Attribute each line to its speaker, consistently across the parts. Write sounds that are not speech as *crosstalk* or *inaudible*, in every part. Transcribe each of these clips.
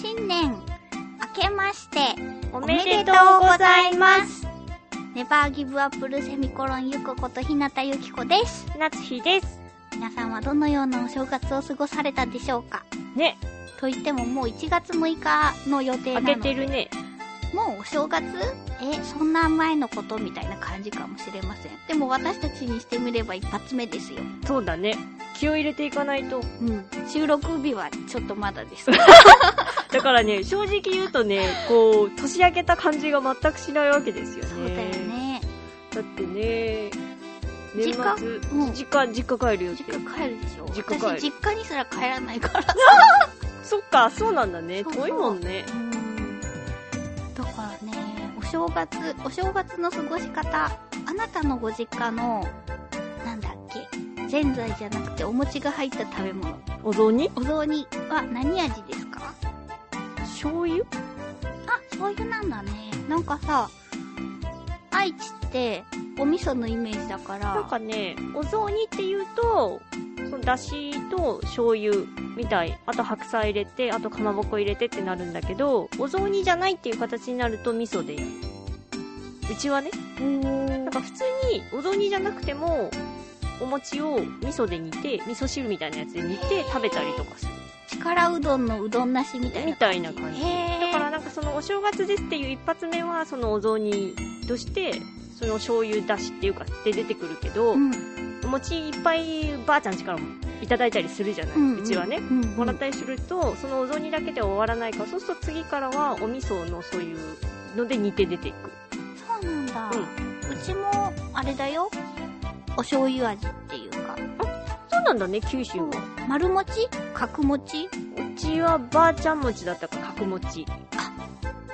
Speaker 1: 新年明けまして
Speaker 2: おめでとうございます
Speaker 1: ネバーギブアップルセミコロンゆくこと日向ゆきこです
Speaker 2: 夏日です
Speaker 1: 皆さんはどのようなお正月を過ごされたでしょうか
Speaker 2: ね
Speaker 1: と言ってももう1月6日の予定な
Speaker 2: 開
Speaker 1: の
Speaker 2: けてるね
Speaker 1: もうお正月えそんな前のことみたいな感じかもしれませんでも私たちにしてみれば一発目ですよ
Speaker 2: そうだね気を入れていかないと
Speaker 1: うん収録日はちょっとまだです
Speaker 2: だからね正直言うとねこう年明けた感じが全くしないわけですよね
Speaker 1: *laughs* そうだよね
Speaker 2: だってね年
Speaker 1: 実家
Speaker 2: 末
Speaker 1: うん
Speaker 2: 実家実家帰るよって
Speaker 1: 実家帰るでしょ
Speaker 2: 実家帰る
Speaker 1: 私実家にすら帰らないから
Speaker 2: そっかそうなんだね
Speaker 1: そうそう
Speaker 2: 遠いもんね
Speaker 1: うんだからねお正月お正月の過ごし方あなたのご実家のなんだっけぜんざいじゃなくてお餅が入った食べ物
Speaker 2: お雑煮
Speaker 1: お雑煮は何味ですか
Speaker 2: 醤油
Speaker 1: あ醤油なんだねなんかさ愛知ってお味噌のイメージだから
Speaker 2: なんかねお雑煮っていうとそのだしと醤油みたいあと白菜入れてあとかまぼこ入れてってなるんだけどお雑煮じゃないっていう形になると味噌でやるうちはね
Speaker 1: うーん
Speaker 2: なんか普通にお雑煮じゃなくてもお餅を味噌で煮て味噌汁みたいなやつで煮て食べたりとかする
Speaker 1: 力うどんのうどんなしみたいな
Speaker 2: みたいな感じ
Speaker 1: へー
Speaker 2: だからなんかそのお正月ですっていう一発目はそのお雑煮としてその醤油だしっていうかで出てくるけど、
Speaker 1: うん
Speaker 2: お餅いっぱいばあちゃんちからもいただいたりするじゃない、う
Speaker 1: うん
Speaker 2: ちはね
Speaker 1: うん
Speaker 2: もらったりするとそのお雑煮だけでは終わらないからそうすると次からはお味噌のそういうので煮て出ていく
Speaker 1: そうなんだ、うちもあれだよお醤油味っていうか
Speaker 2: そうなんだね九州は
Speaker 1: 丸餅角餅
Speaker 2: うちはばあちゃん餅だったから角餅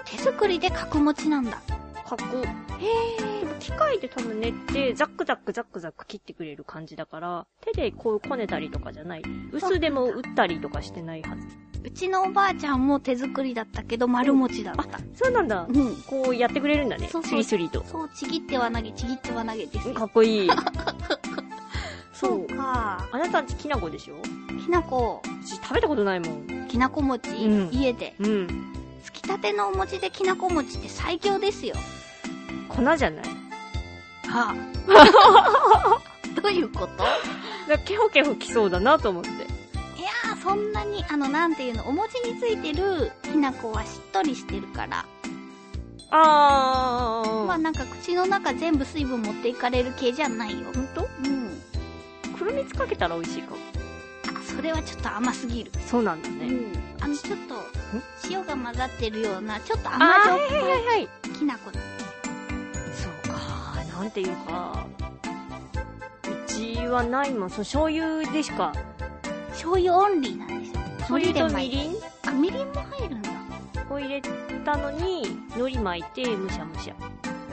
Speaker 1: 手作りで角餅なんだ
Speaker 2: 角
Speaker 1: へえ
Speaker 2: 機械で多分練ってザックザックザックザック切ってくれる感じだから手でこうこねたりとかじゃない薄でも打ったりとかしてないはず
Speaker 1: うちのおばあちゃんも手作りだったけど丸餅だった
Speaker 2: そうなんだ
Speaker 1: うん、
Speaker 2: こうやってくれるんだね
Speaker 1: そうそう
Speaker 2: スリスリと
Speaker 1: そうちぎっては投げちぎっては投げです
Speaker 2: うん
Speaker 1: よ
Speaker 2: かっこ *laughs* いい
Speaker 1: そうか
Speaker 2: あなたんちきなこでしょう
Speaker 1: きなこ
Speaker 2: ち食べたことないもん
Speaker 1: きなこ餅、
Speaker 2: うん
Speaker 1: 家で
Speaker 2: うん
Speaker 1: つきたてのお餅できなこ餅って最強ですよ
Speaker 2: 粉じゃない
Speaker 1: はあ *laughs* どういうこと
Speaker 2: だからケホケホきそうだなと思って
Speaker 1: いやー、そんなに、あの、なんていうの、お餅についてるきな粉はしっとりしてるから、
Speaker 2: あ
Speaker 1: まあなんか口の中全部水分持っていかれる系じゃないよ。
Speaker 2: ほんと
Speaker 1: うん。
Speaker 2: 黒蜜かけたら美味しいかも
Speaker 1: あ、それはちょっと甘すぎる。
Speaker 2: そうなんだ
Speaker 1: う
Speaker 2: ね、
Speaker 1: ん。あの、ちょっと、塩が混ざってるような、ちょっと
Speaker 2: あ
Speaker 1: 甘
Speaker 2: ー
Speaker 1: じょっ
Speaker 2: はいはいはい
Speaker 1: ぱいきな粉。
Speaker 2: そうかなんていうかうちはないもんその醤油でしか
Speaker 1: 醤油オンリーなんですよ。
Speaker 2: 醤油
Speaker 1: 海苔で
Speaker 2: とみ
Speaker 1: 巻いて。
Speaker 2: りん
Speaker 1: あ、みりんも入るんだ。
Speaker 2: を入れたのに海苔巻いてむしゃむしゃ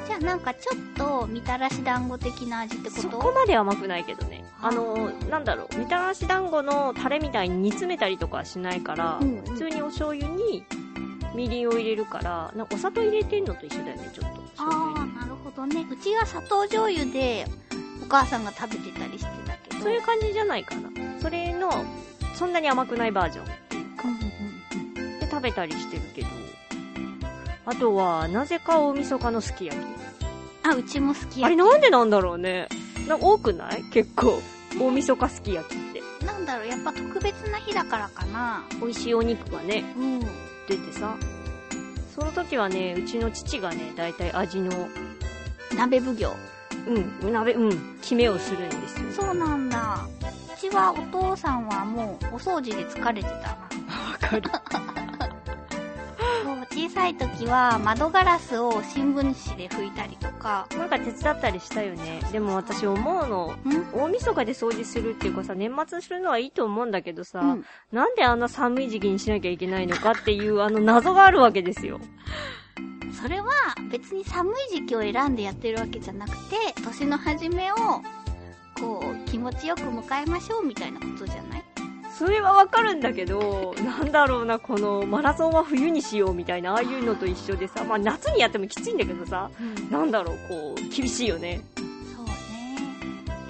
Speaker 1: じゃあなんかちょっと、みたらし団子的な味ってこと
Speaker 2: そこまで甘くないけどねあのなんだろうみたらし団子のタレみたいに煮詰めたりとかはしないから、
Speaker 1: うんうん
Speaker 2: 普通にお醤油にみりんを入れるからなんかお砂糖入れてんのと一緒だよねちょっと醤
Speaker 1: あ
Speaker 2: 油
Speaker 1: あ、
Speaker 2: に
Speaker 1: なるほどね。うちは砂糖醤油で、お母さんが食べてたりしてたけど。
Speaker 2: そういう感じじゃないかなそれのそんなに甘くないバージョンっていうか
Speaker 1: うんうんうん
Speaker 2: で食べたりしてるけどあとはなぜか大晦日のすき焼き
Speaker 1: あ、うちも好き
Speaker 2: あれ
Speaker 1: 焼
Speaker 2: なんでなんだろうねなんか多くない結構大晦日すき焼きって
Speaker 1: き。なんだろう、やっぱ特別な日だからかな。
Speaker 2: 美味しいお肉がね
Speaker 1: うん。
Speaker 2: 出てさその時はねうちの父がね大体味の
Speaker 1: 鍋奉行。
Speaker 2: うん鍋うん決めをするんですよ
Speaker 1: そうなんだ。うちはお父さんはもうお掃除で疲れてたな。
Speaker 2: わかる
Speaker 1: そう、小小さい時は窓ガラスを新聞紙で拭いたりとか、
Speaker 2: なんか手伝ったりしたよね。でも私思うの、
Speaker 1: ん
Speaker 2: 大晦日で掃除するっていうかさ、年末するのはいいと思うんだけどさ、
Speaker 1: うん
Speaker 2: なんであんな寒い時期にしなきゃいけないのかっていう、あの謎があるわけですよ。
Speaker 1: それは別に寒い時期を選んでやってるわけじゃなくて、年の初めを、こう、気持ちよく迎えましょうみたいなことじゃない
Speaker 2: それはわかるんだけど、なんだろうな、このマラソンは冬にしようみたいな、ああいうのと一緒でさ、まあ夏にやってもきついんだけどさ、なんだろう、こう、厳しいよね。
Speaker 1: そうね。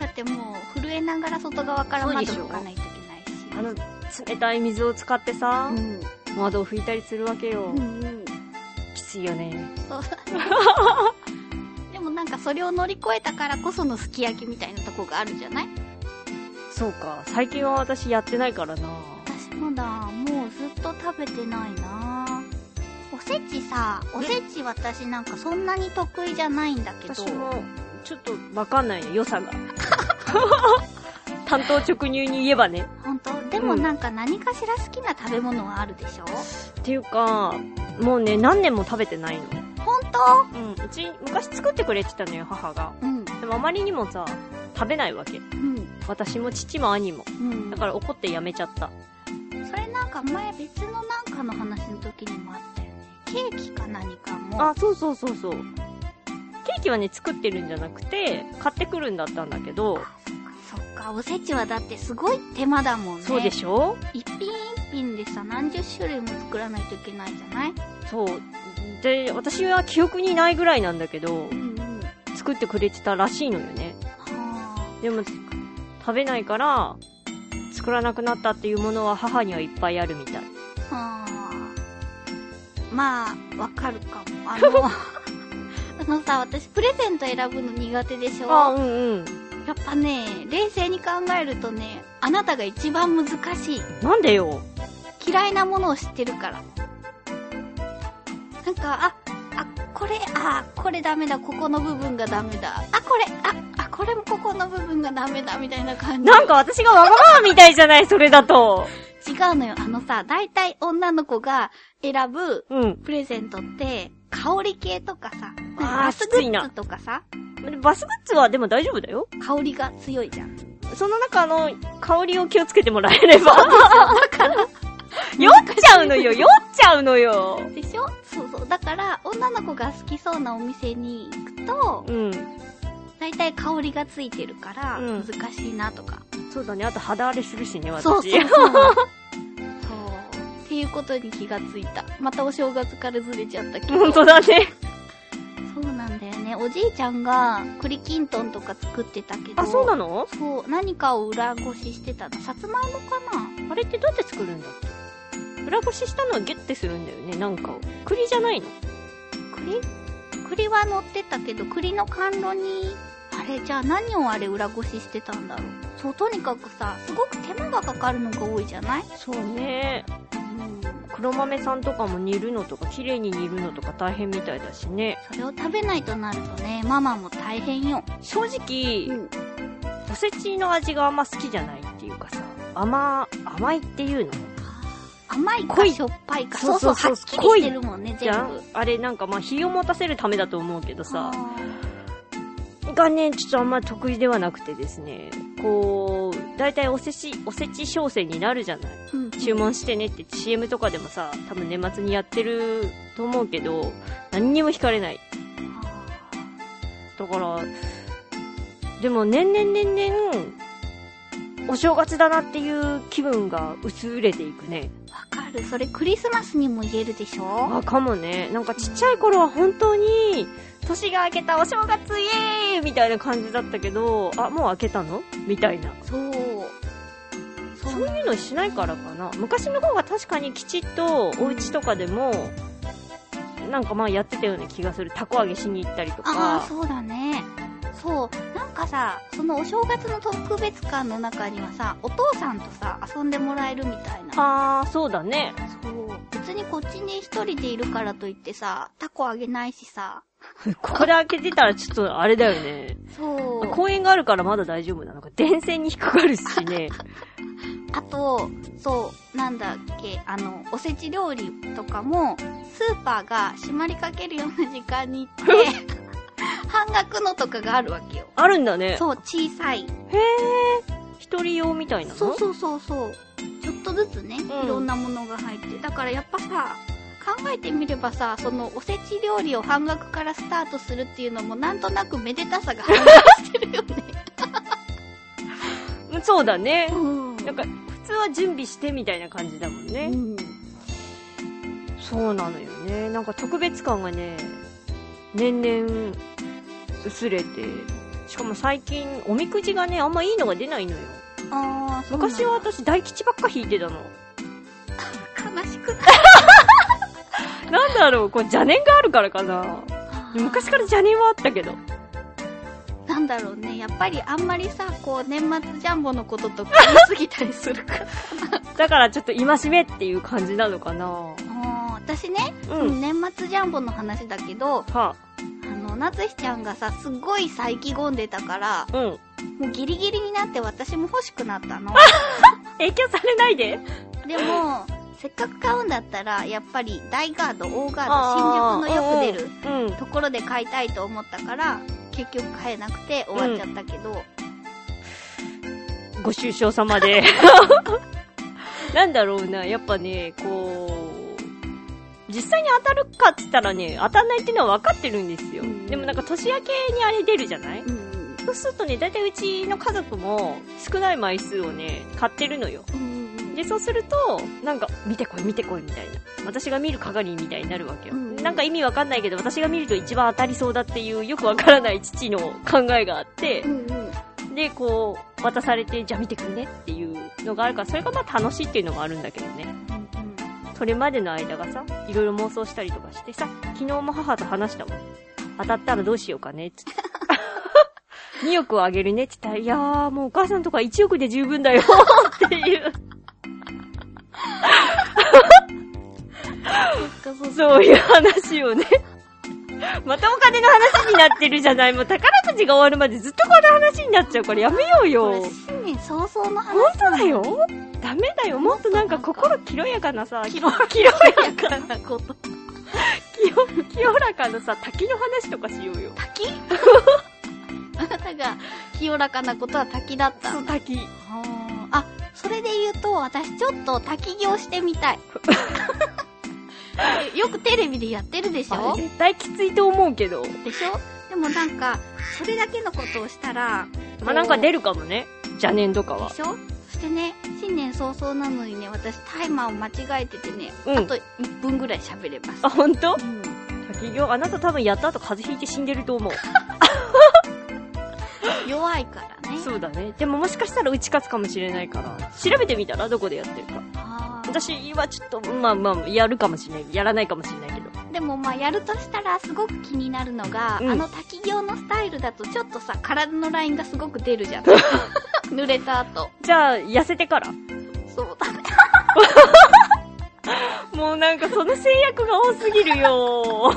Speaker 1: だってもう、震えながら外側から
Speaker 2: そう
Speaker 1: 窓
Speaker 2: でしょ
Speaker 1: 拭かないといけ
Speaker 2: あ
Speaker 1: ないし。
Speaker 2: の、冷たい水を使ってさ、
Speaker 1: うん。
Speaker 2: 窓を拭いたりするわけよ。
Speaker 1: うんうん。
Speaker 2: きついよね。
Speaker 1: そう。 *laughs* でもなんかそれを乗り越えたからこそのすき焼きみたいなとこがあるじゃない
Speaker 2: そうか、最近は私やってないからな。
Speaker 1: 私もだ、もうずっと食べてないなおせちさ、おせち私なんかそんなに得意じゃないんだけど。
Speaker 2: 私も、ちょっとわかんないね、良さが。 *laughs* 担当直入に言えばね。
Speaker 1: 本当でもなんか何かしら好きな食べ物はあるでしょ
Speaker 2: っていうか、もうね、何年も食べてないの。
Speaker 1: 本当
Speaker 2: うん、うち、昔作ってくれてたのよ、母が。
Speaker 1: うん。
Speaker 2: でもあまりにもさ、食べないわけ。
Speaker 1: うん。
Speaker 2: 私も父も兄も。
Speaker 1: うん。
Speaker 2: だから怒ってやめちゃった。
Speaker 1: それなんか前別のなんかの話の時にもあったよね。ケーキか何かも。
Speaker 2: あ、そうそうそうそう。ケーキはね、作ってるんじゃなくて、買ってくるんだったんだけど、
Speaker 1: そっか、おせちはだってすごい手間だもんね。
Speaker 2: そうでしょ
Speaker 1: 一品一品でさ、何十種類も作らないといけないじゃない
Speaker 2: そう。で、私は記憶にないぐらいなんだけど、
Speaker 1: んうん。は
Speaker 2: 作ってくれてたらしいのよね。
Speaker 1: あ。
Speaker 2: でも、食べないから、作らなくなったっていうものは母にはいっぱいあるみたい。
Speaker 1: はあ。まあ、わかるかも。あ *laughs* の、あのさ、私プレゼント選ぶの苦手でしょ
Speaker 2: あ、うんうん。
Speaker 1: やっぱね、冷静に考えるとね、あなたが一番難しい。
Speaker 2: なんでよ。
Speaker 1: 嫌いなものを知ってるから。なんか、あ、あ、これ、あ、これダメだ、ここの部分がダメだ。あ、これ、あ、あ、これもここの部分がダメだ、みたいな感じ。
Speaker 2: なんか私がわがままみたいじゃない、それだと。
Speaker 1: 違うのよ。あのさ、大体女の子が選ぶ
Speaker 2: うん。
Speaker 1: プレゼントって、香り系とかさ、なんか
Speaker 2: あー
Speaker 1: バスグッズとかさ、
Speaker 2: バスグッズはでも大丈夫だよ。
Speaker 1: 香りが強いじゃ
Speaker 2: *laughs*
Speaker 1: ん。
Speaker 2: その中の香りを気をつけてもらえれば。だから。酔っちゃうのよ、酔っちゃうのよ。
Speaker 1: でしょそうそう。だから、女の子が好きそうなお店に行くと、
Speaker 2: うん。
Speaker 1: 大体香りがついてるから、
Speaker 2: うん
Speaker 1: 難しいなとか。
Speaker 2: そうだね、あと肌荒れするしね、私。
Speaker 1: そうそうそ
Speaker 2: *laughs*
Speaker 1: う。そう。っていうことに気がついた。またお正月からずれちゃったけど。
Speaker 2: 本当だね。
Speaker 1: そうなんだよね。おじいちゃんが栗きんとんとか作ってたけど。
Speaker 2: あ、そうなの
Speaker 1: そう、何かを裏ごししてたの。さつまいもかな
Speaker 2: あれってどうやって作るんだっけ裏ごししたのはギュッてするんだよね、なんかを。栗じゃないの
Speaker 1: 栗栗は乗ってたけど、栗の甘露に、あれ、じゃあ何をあれ裏ごししてたんだろう。そう、とにかくさ、すごく手間がかかるのが多いじゃない
Speaker 2: そうね。
Speaker 1: うん。
Speaker 2: 黒豆さんとかも煮るのとか、綺麗に煮るのとか大変みたいだしね。
Speaker 1: それを食べないとなるとね、ママも大変よ。
Speaker 2: 正直、
Speaker 1: ん。
Speaker 2: おせちの味があんま好きじゃないっていうかさ、甘、甘いっていうの
Speaker 1: 甘いか
Speaker 2: 濃い
Speaker 1: しょっぱいか。
Speaker 2: そ
Speaker 1: そうう
Speaker 2: そ
Speaker 1: そうう、
Speaker 2: そう
Speaker 1: はっきりしてるもんね、
Speaker 2: じ
Speaker 1: 全
Speaker 2: ゃ
Speaker 1: 部
Speaker 2: ん。あれなんかまあ、日を持たせるためだと思うけどさ、
Speaker 1: あ
Speaker 2: がね、ちょっとあんま得意ではなくてですね、こう、だいたいおせち、おせち商戦になるじゃない。
Speaker 1: ーうん、
Speaker 2: 注文してねって CM とかでもさ、多分年末にやってると思うけど、何にも惹かれない。だから、でも年々年々、お正月だなっていう気分が薄れていくね。
Speaker 1: わかる。それクリスマスにも言えるでしょ
Speaker 2: あ、かもね。なんかちっちゃい頃は本当に、年が明けたお正月イエーイみたいな感じだったけど、あ、もう明けたのみたいな。
Speaker 1: そう。そ
Speaker 2: そういうのしないからかな。昔の方が確かにきちっとお家とかでも、なんかまあやってたような気がする。たこ揚げしに行ったりと
Speaker 1: ああ、
Speaker 2: か。
Speaker 1: そうだね。そう。なんかさ、そのお正月の特別感の中にはさ、お父さんとさ、遊んでもらえるみたいな。
Speaker 2: あー、そうだね。
Speaker 1: そう。別にこっちに一人でいるからといってさ、タコあげないしさ。
Speaker 2: ここで開けてたらちょっとあれだよね。
Speaker 1: そう。 *laughs*
Speaker 2: 公園があるからまだ大丈夫なのか。電線に引っかかるしね。
Speaker 1: あと、そう、なんだっけ、あの、おせち料理とかも、スーパーが閉まりかけるような時間に行って、半額のとかがあるわけよ。
Speaker 2: あるんだね。
Speaker 1: そう、小さい。
Speaker 2: へえ。一人用みたいなの
Speaker 1: そうそうそうそう。ちょっとずつね、
Speaker 2: ん
Speaker 1: いろんなものが入って。だからやっぱさ、考えてみればさ、そのおせち料理を半額からスタートするっていうのもなんとなくめでたさが半額してるよね。
Speaker 2: うんそうだね。
Speaker 1: ん
Speaker 2: なんか、普通は準備してみたいな感じだもんね。
Speaker 1: うん。
Speaker 2: そうなのよね。なんか特別感がね、年々薄れて、しかも最近おみくじがね、あんまいいのが出ないのよ。
Speaker 1: ああ、そうなんだ
Speaker 2: 昔は私大吉ばっか引いてたの。
Speaker 1: 悲しくない
Speaker 2: なんだろう、これ邪念があるからかな。昔から邪念はあったけど。
Speaker 1: なんだろうね、やっぱりあんまりさ、こう、年末ジャンボのこと
Speaker 2: *laughs*
Speaker 1: とか言いすぎたりするから。
Speaker 2: だからちょっと今しめっていう感じなのかな。
Speaker 1: あー私ね、
Speaker 2: うん。
Speaker 1: 年末ジャンボの話だけど、あ
Speaker 2: は
Speaker 1: の、なつひちゃんがさ、すっごい再起込んでたから、
Speaker 2: あ、うん。
Speaker 1: もうギリギリになって私も欲しくなったの。
Speaker 2: 影響されないで。
Speaker 1: でも、せっかく買うんだったら、やっぱり大ガード、大ガー
Speaker 2: あー
Speaker 1: ド、新宿のよく出る
Speaker 2: うん。
Speaker 1: ところで買いたいと思ったから、結局買えなくて終わっちゃったけど、
Speaker 2: ご愁傷様
Speaker 1: *laughs*
Speaker 2: で。なんだろうな、やっぱね、こう、実際に当たるかっつったらね、当たんないっていうのは分かってるんですよ。
Speaker 1: うん
Speaker 2: でもなんか年明けにあれ出るじゃない
Speaker 1: うん、
Speaker 2: そうするとね、だいたいうちの家族も少ない枚数をね、買ってるのよ。
Speaker 1: うん、
Speaker 2: で、そうすると、なんか、見てこい見てこいみたいな。私が見る係みたいになるわけよ。
Speaker 1: うん
Speaker 2: なんか意味わかんないけど、私が見ると一番当たりそうだっていう、よくわからない父の考えがあって
Speaker 1: う、んうん、
Speaker 2: で、こう、渡されて、じゃあ見てくんねっていうのがあるから、それがまあ楽しいっていうのもあるんだけどね。それまでの間がさ、いろいろ妄想したりとかしてさ、昨日も母と話したもん。当たったらどうしようかね、
Speaker 1: *laughs*
Speaker 2: つって。2億をあげるねって言ったら、いやーもうお母さんとか1億で十分だよ *laughs* っていう、
Speaker 1: そっかそっか
Speaker 2: そういう話をね。またお金の話になってるじゃない。もう宝くじが終わるまでずっとこの話になっちゃうからやめよう
Speaker 1: こ
Speaker 2: よ
Speaker 1: れ。新年早々の
Speaker 2: 本
Speaker 1: 話
Speaker 2: 当だよダメだよもっとなんか心清やかなさ、
Speaker 1: 清
Speaker 2: 清や
Speaker 1: だからなこと。
Speaker 2: 清清らかなさ、滝の話とかしようよ。
Speaker 1: 滝あなたが清らかなことは滝だった。
Speaker 2: そう、滝。
Speaker 1: あーあ、それで言うと、私ちょっと滝行してみ
Speaker 2: *laughs*
Speaker 1: たい。よくテレビでやってるでし
Speaker 2: あ
Speaker 1: ょ
Speaker 2: れ絶対きついと思うけど。
Speaker 1: でしょでもなんか、それだけのことをしたら、
Speaker 2: まあ、なんか出るかもね。邪念とか
Speaker 1: で
Speaker 2: は。
Speaker 1: しょそしてね、新年早々なのにね、私タイマーを間違えててね、
Speaker 2: うん
Speaker 1: あと1分ぐらい喋れます
Speaker 2: あ、。ほんと
Speaker 1: うん
Speaker 2: 滝行、あなた多分やった後風邪ひいて死んでると思う。
Speaker 1: 弱いからね。
Speaker 2: そうだね。でももしかしたら打ち勝つかもしれないから。調べてみたらどこでやってるか。
Speaker 1: あー
Speaker 2: 私はちょっと、まあまあ、やるかもしれない。やらないかもしれないけど。
Speaker 1: でもまあやるとしたらすごく気になるのが、
Speaker 2: うん
Speaker 1: あの滝行のスタイルだとちょっとさ体のラインがすごく出るじ
Speaker 2: *laughs*
Speaker 1: ゃん濡れた後
Speaker 2: じゃあ、痩せてから。
Speaker 1: そうだね
Speaker 2: もうなんかその制約が多すぎるよ。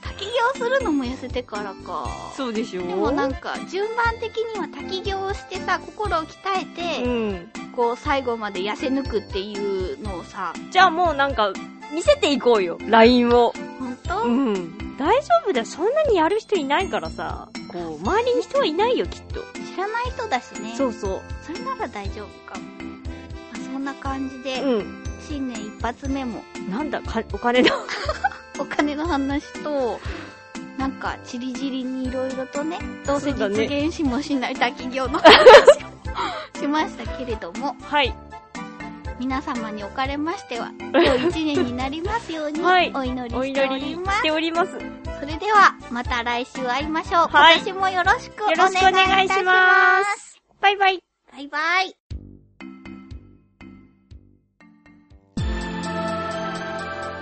Speaker 1: 滝行するのも痩せてからか
Speaker 2: そうでしょ
Speaker 1: でもなんか順番的には滝行をしてさ心を鍛えて、
Speaker 2: ん。
Speaker 1: こう最後まで痩せ抜くっていうのをさ
Speaker 2: じゃあもうなんか、見せていこうよ、LINE を。
Speaker 1: 本当、
Speaker 2: うん。大丈夫だよ、そんなにやる人いないからさ。こう、周りに人はいないよ、きっと。
Speaker 1: 知らない人だしね
Speaker 2: そうそう。
Speaker 1: それなら大丈夫かも、まあ、そんな感じで、
Speaker 2: うん。
Speaker 1: 新年一発目も
Speaker 2: なんだ、かお金だ。
Speaker 1: お金の話と、なんか、ちりじりにいろいろとね、どうせ
Speaker 2: そうだ
Speaker 1: 実
Speaker 2: ね
Speaker 1: 現しもしない滝行の話を *laughs* しましたけれども、
Speaker 2: *laughs* はい。
Speaker 1: 皆様におかれましては、良い一年になりますように、
Speaker 2: はい
Speaker 1: お祈り
Speaker 2: お
Speaker 1: してお
Speaker 2: 祈り
Speaker 1: りま
Speaker 2: し
Speaker 1: す。
Speaker 2: ております。よ
Speaker 1: それでは、また来週会いましょう。
Speaker 2: はい
Speaker 1: 今年もよろしくお願いい
Speaker 2: ろ
Speaker 1: た
Speaker 2: し
Speaker 1: し
Speaker 2: く
Speaker 1: ま
Speaker 2: お
Speaker 1: す。
Speaker 2: 願いします。バイバイ。
Speaker 1: バイバイ。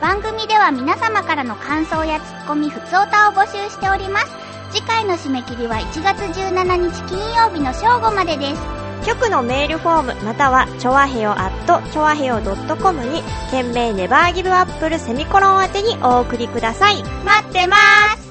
Speaker 1: 番組では皆様からの感想やツッコミ、ふつおたを募集しております。次回の締め切りは1月17日金曜日の正午までです。
Speaker 3: 局のメールフォームまたはチョアヘオアットチョアヘオ .com に件名ネバーギブアップルセミコロン宛てにお送りください。
Speaker 1: 待ってます